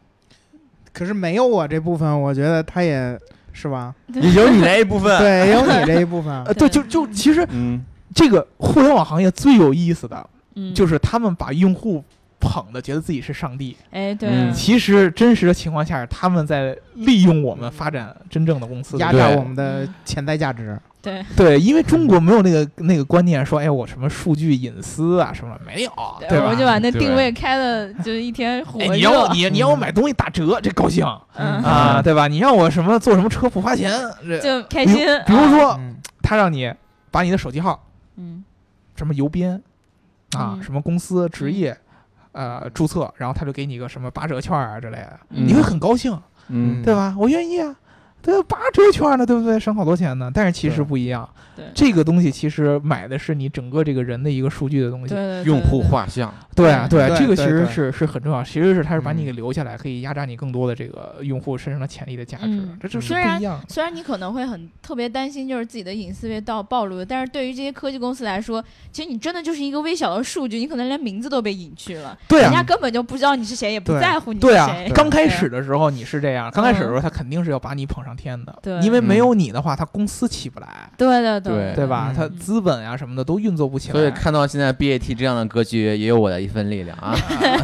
可是没有我这部分，我觉得他也是吧？也有你那一部分，对，也有你这一部 (laughs) 分。呃，对对，就就其实嗯，这个互联网行业最有意思的嗯，就是是他们把用户捧的觉得自己是上帝，哎，对，嗯其实真实的情况下，他们在利用我们发展真正的公司。压榨我们的潜在价值，对，对，因为中国没有那个那个观念，说哎，我什么数据隐私啊什么没有，对我吧们？就把那对定位开的，就是一天火哎，热。你要我你你要我买东西打折，这高兴嗯，啊，对吧？你让我什么坐什么车不花钱，这就开心。比如啊，说嗯他让你把你的手机号、嗯，什么邮编啊、嗯什么公司职业呃注册，然后他就给你个什么八折券啊之类的，嗯你会很高兴。嗯，对吧？我愿意啊，对吧，八折券呢，对不对？省好多钱呢。但是其实对不一样，对这个东西其实买的是你整个这个人的一个数据的东西对。对，对用户对画像，对啊，对啊，对这个其对实对是是很重要，其实是它是把你嗯给留下来，可以压榨你更多的这个用户身上的潜力的价值嗯，这就是虽不然一样的。虽然你可能会很特别担心，就是自己的隐私被盗暴露了，但是对于这些科技公司来说，其实你真的就是一个微小的数据，你可能连名字都被隐去了，对人家啊，根本就不知道你是谁，也不对在乎你是对啊谁。，刚开始的时候你是这样，刚开始的时候他肯定是要把你捧上天的，对因为没嗯有你的话，他公司起不来，对对对对吧？嗯他嗯资本啊什么的都运作不起来。所以看到现在 BAT 这样的格局，也有我的一份力量 (laughs) 啊。啊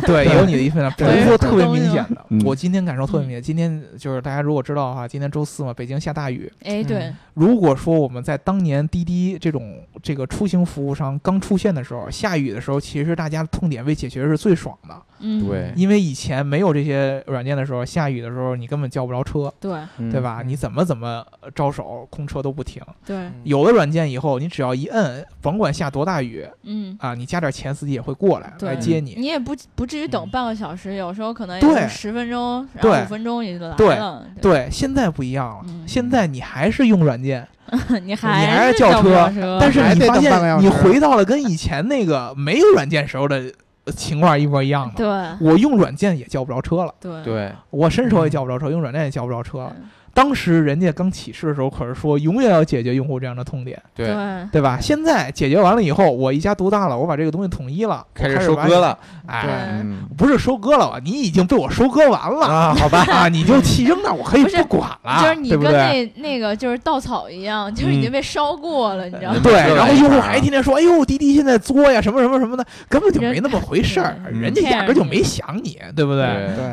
对，也有你的一份量，不对是说特别明显的嗯。我今天感受特别明显，今天就是大家如果知道的话，今天周四嘛，北京下大雨。哎对，如果说我们在当年滴滴这种这个出行服务商刚出现的时候，下雨的时候，其实大家的痛点被解决是最爽的，嗯对因为以前没有这些软件的时候，下雨的时候你根本叫不着车，对嗯嗯对？吧？你怎么怎么招手，空车都不停。对，有了软件以后，你只要一摁，甭管下多大雨嗯。啊，你加点钱，司机也会过来对来接你。你也不不至于等嗯半个小时，有时候可能对也十分钟，然对后五分钟也就来对了。对，现在不一样了，嗯现在你还是用软件，对， (laughs) 你你还还是是叫不车上车但是嗯还你得发等半个现小你时回到了跟以前那个没有软件时候的呃情况一模一样的。对我用软件也叫不着车了，对对，我伸手也叫不着车，用软件也叫不着车了。嗯当时人家刚起势的时候，可是说永远要解决用户这样的痛点，对对对哎吧？现在解决完了以后，我一家独大了，我把这个东西统一了，我开始始收把割了，你，哎。对嗯不是收割了吧？你已经被我收割完了啊！好吧， (laughs) 啊，你就弃扔那儿，我可以不是不管了，就是你对跟不对嗯那那个就是稻草一样，就是已经被烧过了，你知道 (laughs) 吗？对，嗯然后用户还天天说：“哎呦，滴滴现在作呀，什么什么什么的，根本就没那么回事儿，人人家压根儿就没想你，对不对？”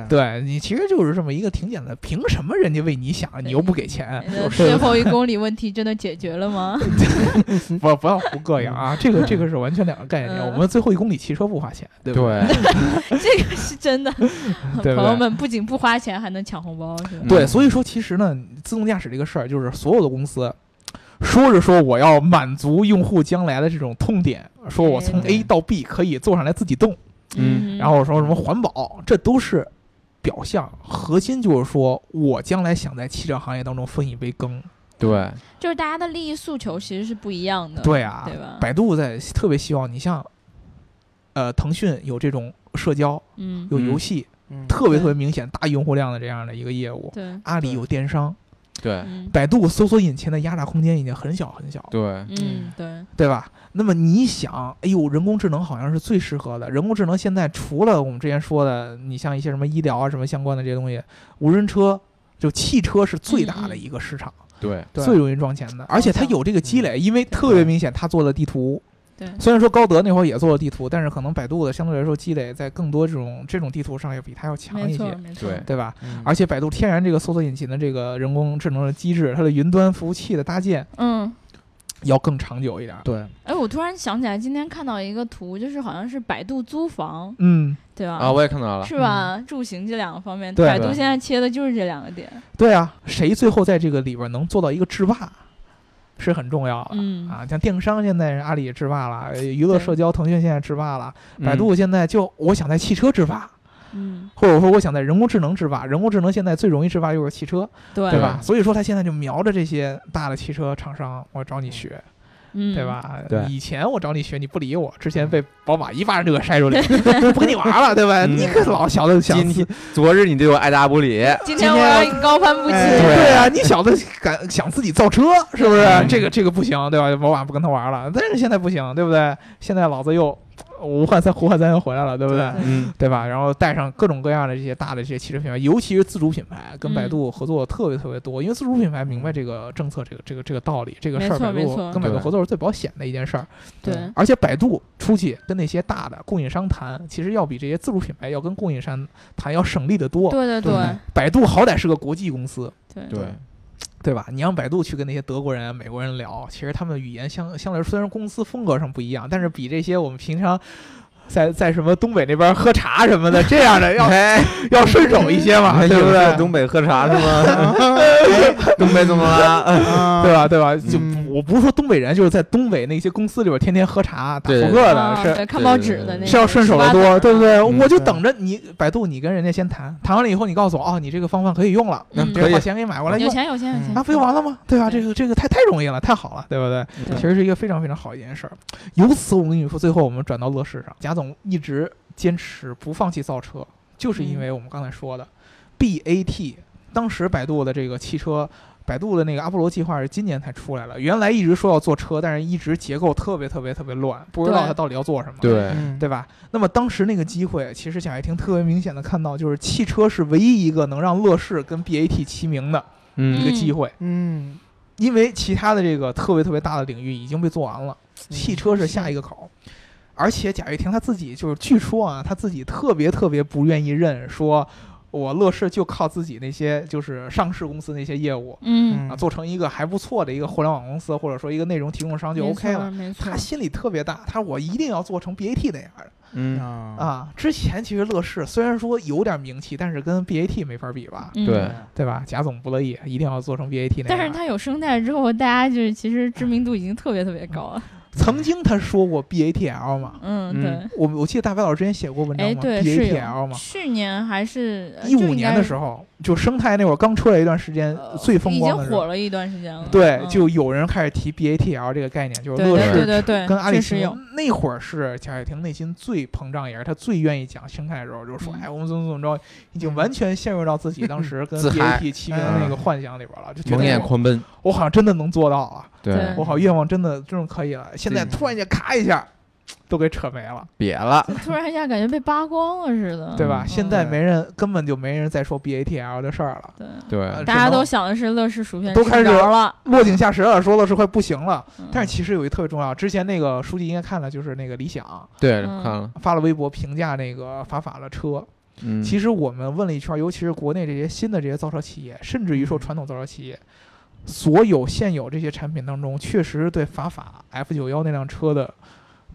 对，对，对你其实就是这么一个挺简单的，凭什么人家为你想，你又不给钱？ (laughs) 那对最后一公里问题真的解决了吗？ (laughs) 不不要胡膈应啊！这个这个是完全两个概念。嗯我们最后一公里骑车不花钱，对不对？这个是真的， (laughs) 对不朋友们不仅不花钱，还能抢红包，是吧？对，所以说其实呢，自动驾驶这个事儿，就是所有的公司。说着说我要满足用户将来的这种痛点，说我从对 A 到 B 可以坐上来自己动，嗯然后说什么环保，这都是表象，核心就是说我将来想在汽车行业当中分一杯羹。对就是大家的利益诉求其实是不一样的，对啊，对吧百度在特别希望你像，呃，腾讯有这种社交、嗯，有嗯游戏，嗯特别对特别明显大用户量的这样的一个业务。对，阿里有电商，对嗯百度搜索引擎的压榨空间已经很小很小，对，嗯对，对吧？那么你想，哎呦，人工智能好像是最适合的。人工智能现在除了我们之前说的，你像一些什么医疗啊、什么相关的这些东西，无人车就汽车是嗯最大的一个市场，对，对最容易赚钱的，而且它有这个积累，因为特别明显，它做了地图，嗯对，虽然说高德那会儿也做了地图，但是可能百度的相对来说积累在更多这种这种地图上要比它要强没一错些，没错，对对吧？嗯而且百度天然这个搜索引擎的这个人工智能的机制，它的云端服务器的搭建嗯。要更长久一点。对，哎，我突然想起来，今天看到一个图，就是好像是百度租房，嗯，对吧？啊，我也看到了，是吧？住行这两个方面，对百度对现在切的就是这两个点。对啊，谁最后在这个里边能做到一个制霸，是很重要的。嗯，啊，像电商现在阿里也制霸了，呃娱乐对社交腾讯现在制霸了，嗯百度现在就我想在汽车制霸，嗯，或者说我想在人工智能制霸，人工智能现在最容易制霸就是汽车，嗯对对吧？所以说他现在就瞄着这些大的汽车厂商，我找你学，嗯，对？吧？对以前我找你学你不理我，之前被宝马一巴 (laughs) 掌就给摔出来， (laughs) 不跟你玩了，对吧？嗯你可老小子想今自天昨日你对我爱答不理，今天我要你高攀不起。哎对啊，你小子敢想自己造车是不是？嗯这个这个不行，对吧？宝马不跟他玩了，但是现在不行，对不对？现在老子又武汉三胡汉三又回来了，对不对？对嗯，对吧？然后带上各种各样的这些大的这些汽车品牌，尤其是自主品牌，跟百度合作特别特别多，因为自主品牌明白这个政策、这个这个这个道理，这个事没儿错百没度错跟百度对合作是最保险的一件事儿。对，而且百度出去跟那些大的供应商谈，其实要比这些自主品牌要跟供应商谈要省力得多。对对对百度好歹是个国际公司，对对，对吧？你让百度去跟那些德国人、美国人聊，其实他们语言相相对来说，虽然公司风格上不一样，但是比这些我们平常在在什么东北那边喝茶什么 (laughs) 的这样的要哎，要顺手一些嘛，对不对？东北喝啊茶是吗？ (laughs) 东北怎么 (laughs) 了？对对吧？对吧？就嗯我不是说东北人，就是在东北那些公司里边天天喝茶、打对扑克的，啊是对看报纸的那个是要顺手的十八多，子对不对？嗯我就对等着你百度，你跟人家先谈，谈完了以后，你告诉我，哦，你这个方法可以嗯用了，那嗯这可个以花钱给你买过来有用，钱有钱有钱那不就完了吗？对吧？对这个这个太太容易了，太好了，对不对？对嗯其实是一个非常非常好的一件事儿。由此，我跟你说，最后我们转到乐视上，贾总一直坚持不放弃造车，就是因嗯为我们刚才说的、BAT，当时百度的这个汽车。百度的那个阿波罗计划是今年才出来了，原来一直说要做车，但是一直结构特别特别特别乱，不知道对它到底要做什么，对，对吧？那么当时那个机会，其实贾跃亭特别明显的看到，就是汽车是唯一一个能让乐视跟 BAT 齐名的一嗯个机会，嗯，因为其他的这个特别特别大的领域已经被做完了，嗯汽车是下一个口。而且贾跃亭他自己就是，据说啊，他自己特别特别不愿意认，说我乐视就靠自己那些就是上市公司那些业务嗯，啊，做成一个还不错的一个互联网公司，或者说一个内容提供商就没 OK 错了。没错他。心里特别大，他说我一定要做成 BAT 那样的。嗯，啊，啊，之前其实乐视虽然说有点名气，但是跟 BAT 没法比吧，嗯对对吧？贾总不乐意，一定要做成 BAT 那样。但是它有生态之后，大家就是其实知名度已经特别特别高了。曾经他说过 BATL 嘛，嗯，嗯对。我我记得大白老师之前写过文章哎，嘛对，是，BATL 有。嘛，去年还是呃一五年的时候，候就生态那会儿刚出来一段时间呃最风光已的经时候火，了一段时间了。对，嗯就有人开始提 BATL 这个概念，就是对乐对对视对对，跟阿里确系实有统。那会儿是贾跃亭内心最膨胀，也是他最愿意讲生态的时候，就说：“嗯哎，我们怎么怎么着，已经完全陷入到自己当 (laughs) 时跟自嗨嗯 BAT 齐名的那个幻想里边了，就觉蒙得眼我狂奔，我好像真的能做到了，对对，我好像愿望真的真的可以了。现在对突然间咔一下，都给扯没了，瘪了， (laughs) 突然一下感觉被扒光了似的。对吧？嗯现在没人，根本就没人再说 BATL 的事儿了，对，对，大家都想的是乐视薯片都开始吃着了。落井下石了，说的是快不行了。嗯但是其实有一特别重要，之前那个书记应该看了，就是那个理想对，嗯看了，发了微博评价那个法法的车，嗯，其实我们问了一圈儿，尤其是国内这些新的这些造车企业，甚至于说传统造车企业，所有现有这些产品当中，确实对法法 F 九幺那辆车的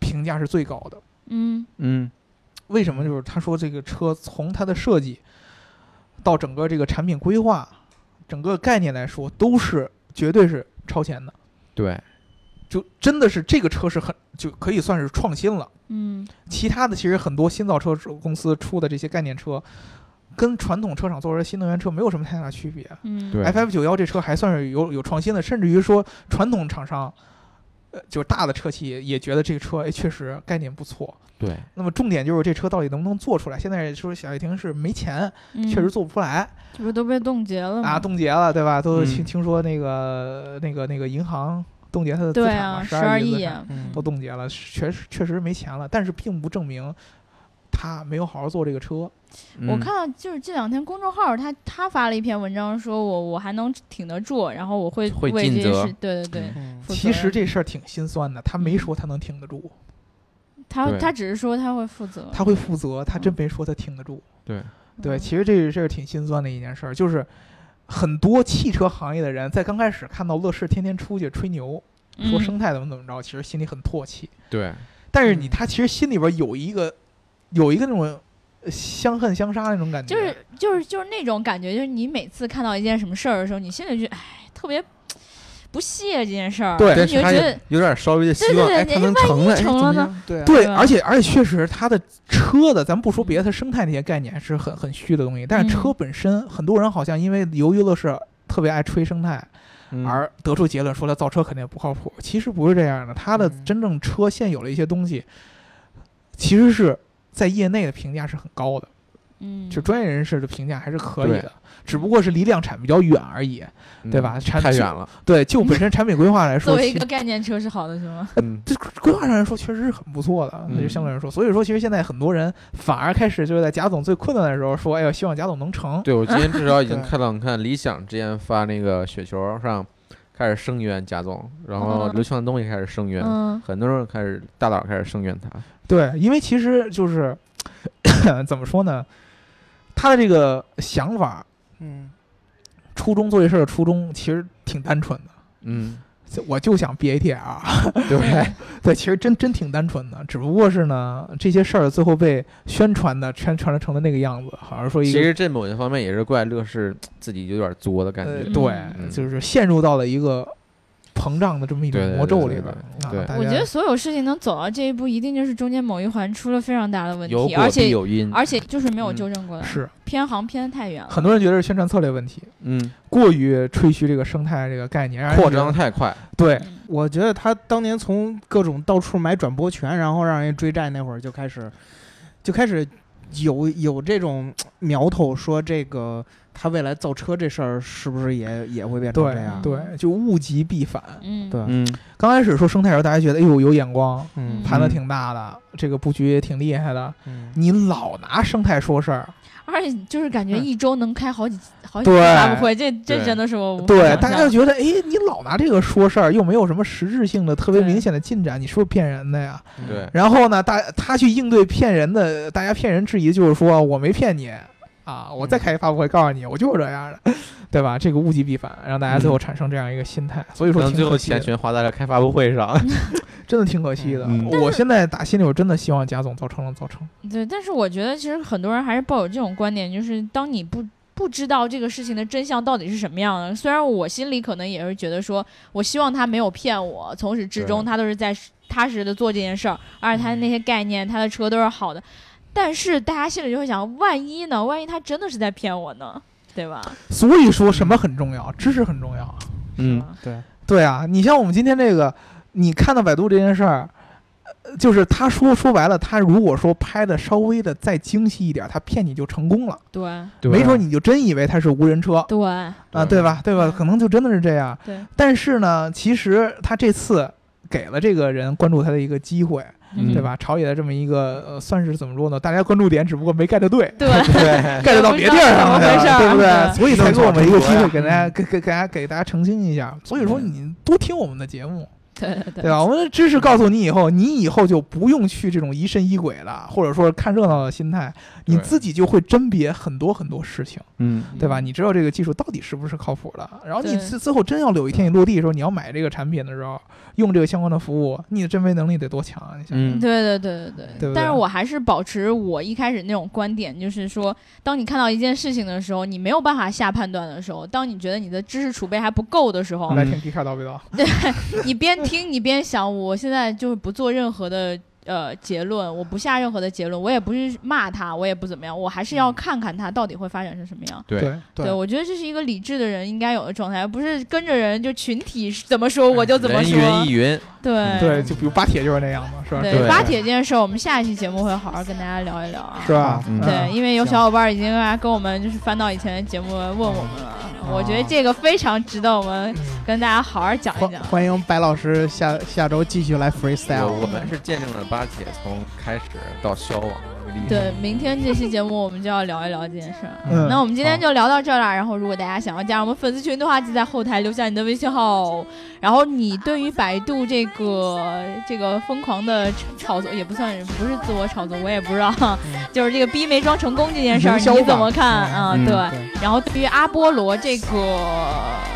评价是最高的。嗯嗯，为什么？就是他说这个车从它的设计到整个这个产品规划，整个概念来说，都是绝对是超前的。对，就真的是这个车是很就可以算是创新了。嗯，其他的其实很多新造车公司出的这些概念车，跟传统车厂做出来的新能源车没有什么太大区别。嗯，对 F F 九幺这车还算是有有创新的，甚至于说传统厂商，呃，就是大的车企也也觉得这个车哎确实概念不错。对，那么重点就是这车到底能不能做出来？现在说小叶婷是没钱，嗯确实，做不出来这不都被冻结了啊，吗？冻结了，对吧？都听嗯听说那个那个那个银行冻结它的资对产啊，嘛，十二亿资产啊，嗯都冻结了，确实确实没钱了，但是并不证明他没有好好做这个车。嗯我看到就是这两天公众号他他发了一篇文章，说我我还能挺得住，然后我会会为这尽些责事，对对对。嗯负责嗯其实这事儿挺心酸的，他没说他能挺得住，他对他只是说他会负责，他会负嗯责，他真没说他挺得住。对对，其实这事儿挺心酸的一件事儿，就是很多汽车行业的人在刚开始看到乐视天天出去吹牛，说嗯生态怎么怎么着，其实心里很唾弃。对，但是你嗯他其实心里边有一个有一个那种呃相恨相杀那种感觉，嗯就是就是就是那种感觉，就是你每次看到一件什么事儿的时候，你心里就哎特别不屑这件事儿，对就但你就是他觉也得有点稍微的希对望，对哎，对他能万一成了，哎成了呢？对啊对，对而且而且确实它的车的，咱不说别的，它生态那些概念是很很虚的东西，但是嗯车本身，很多人好像因为由于乐视特别爱吹生态，嗯而得出结论说它造车肯定不靠谱。其实不是这样的，它的嗯真正车现有的一些东西，其实是在业内的评价是很高的，嗯，就专业人士的评价还是可以对的，只不过是离量产比较远而已，嗯对吧？产太就远 (laughs) 了，对，就本身产品规划 (laughs) 来作说，为一其个概念车是好的，是吗？嗯，这规划上来说确实是很不错的，那就嗯相对来说，所以说其实现在很多人反而开始就是在贾总最困难的时候说，哎呦，希望贾总能成。对我今天至少已经 (laughs) 对看到，你看理想之前发那个雪球上开始声援贾总，然后嗯刘强东也开始声援，嗯，很多人开始大佬开始声援他，对，因为其实就是 (coughs) 怎么说呢，他的这个想法、嗯，初衷做这事儿的初衷其实挺单纯的。嗯，就我就想 BATR，对，啊 (laughs) 对，其实真真挺单纯的，只不过是呢，这些事儿最后被宣传的宣传的成了那个样子，好像说一嗯其个实这某些方面也是怪乐视自己有点作的感呃，觉，对，嗯就是陷入到了一个膨胀的这么一种对对魔对咒对里边儿。对对啊大我家觉得所有事情能走到这一步，一定就是中间某一环出了非常大的问有题，果而必且有嗯因，而且就是没有纠正过来，是偏航偏得太远了。很多人觉得是宣传策略问题，嗯，过于吹嘘这个生态这个概念，让人扩觉得张太快，对嗯我觉得他当年从各种到处买转播权，然后让人追债那会儿就开始，就开始有有这种苗头，说这个他未来造车这事儿是不是也也会变成这样对？对，就物极必反。嗯，对，嗯，刚开始说生态的时候，大家觉得哎呦有眼光，嗯盘子嗯挺大的，这个布局也挺厉害的。嗯你老拿生态说事儿，而且就是感觉嗯一周能开好几好几对次发布会，这这对真的是我无法对，想大家象就觉得哎，你老拿这个说事儿，又没有什么实质性的特别对明显的进展，你是不是骗人的呀？嗯对，嗯然后呢，大他去应对骗人的，大家骗人质疑，就是说我没骗你啊，我再开一发布会告诉你，我就是这样的， (laughs) 对吧？这个物极必反，让大家最后产生这样一个心态，所以说但挺嗯最可后惜钱的，全花在了开发布 (laughs) 会上，真的挺可惜的。嗯我现在打心里，我真的希望贾总造成了造成，对，但是我觉得其实很多人还是抱有这种观点，就是当你不不知道这个事情的真相到底是什么样的，虽然我心里可能也是觉得说，我希望他没有骗我，从始至终对他都是在实踏实的做这件事儿，而且他的嗯那些概念、他的车都是好的，但是大家心里就会想，万一呢？万一他真的是在骗我呢？对吧？所以说什么很重要，知识很重要。是嗯，吧对，对啊，你像我们今天这个，你看到百度这件事儿。呃就是他说说白了，他如果说拍的稍微的再精细一点，他骗你就成功了，对没准你就真以为他是无人车，对啊，对吧？对吧？嗯可能就真的是这样。对，但是呢，其实他这次给了这个人关注他的一个机会，嗯对吧？朝野的这么一个、呃、算是怎么说呢？大家关注点只不过没 get 对对，对， ，get 到别地儿也不知道哎怎么上了回事儿对不对？对所以才给我们一个机会，嗯给大家给给给大家给大家澄清一下。所以说，嗯你多听我们的节目，对对对对吧？我们的知识告诉你以后，你以后就不用去这种疑神疑鬼了，或者说看热闹的心态，你对自己就会甄别很多很多事情。嗯，对吧？嗯你知道这个技术到底是不是靠谱的？然后你对最最后真要有一天你落地的时候，你要买这个产品的时候，用这个相关的服务，你的甄别能力得多强啊！你想，嗯，对对对对对不但是对我还是保持我一开始那种观点，就是说，当你看到一件事情的时候，你没有办法下判断的时候，当你觉得你的知识储备还不够的时嗯候，来听笛卡叨不叨？你边听你边想，我现在就是不做任何的呃结论，我不下任何的结论，我也不是骂他，我也不怎么样，我还是要嗯看看他到底会发展成什么样。对，对我觉得这是一个理智的人应该有的状态，而不是跟着人就群体怎么说我就怎么人说。云亦云，对对，就比如巴铁就是那样嘛，是吧？对对巴铁这件事儿，我们下一期节目会好好跟大家聊一聊啊。是吧？嗯对，嗯因为有行小伙伴已经来跟我们就是翻到以前的节目问我们了，我觉得这个非常值得我们跟大家好好讲一欢讲。欢迎白老师啊下下周继续来 freestyle。我我们是见证了巴铁从开始到消亡，个例子。对，明天这期节目我们就要聊一聊这件事儿。嗯那我们今天就聊到这儿了。然后，如果大家想要加入我们粉丝群的话，就在后台留下你的微信号。哦然后，你对于百度这个这个疯狂的炒作，也不算不是自我炒作，我也不知道， (laughs) 就是这个逼没装成功这件事儿，营销你怎吧么看啊？嗯对。对然后，对于阿波罗这个，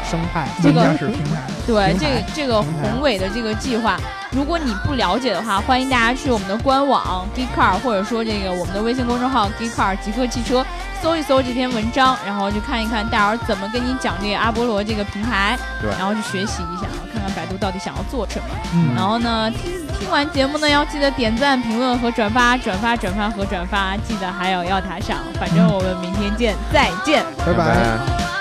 生态这个家是平台，对平这个台这个平台宏伟的这个计划，如果你不了解的话，欢迎大家去我们的官网 Geekcar，或者说这个我们的微信公众号 Geekcar 极客汽车，搜一搜这篇文章，然后去看一看戴尔怎么跟你讲这个阿波罗这个平台，对然后去学习一下，看看百度到底想要做什么。嗯然后呢，听听完节目呢，要记得点赞、评论和转发，转发、转发和转发，记得还有要打赏。反正我们明天见，再见。拜拜拜。拜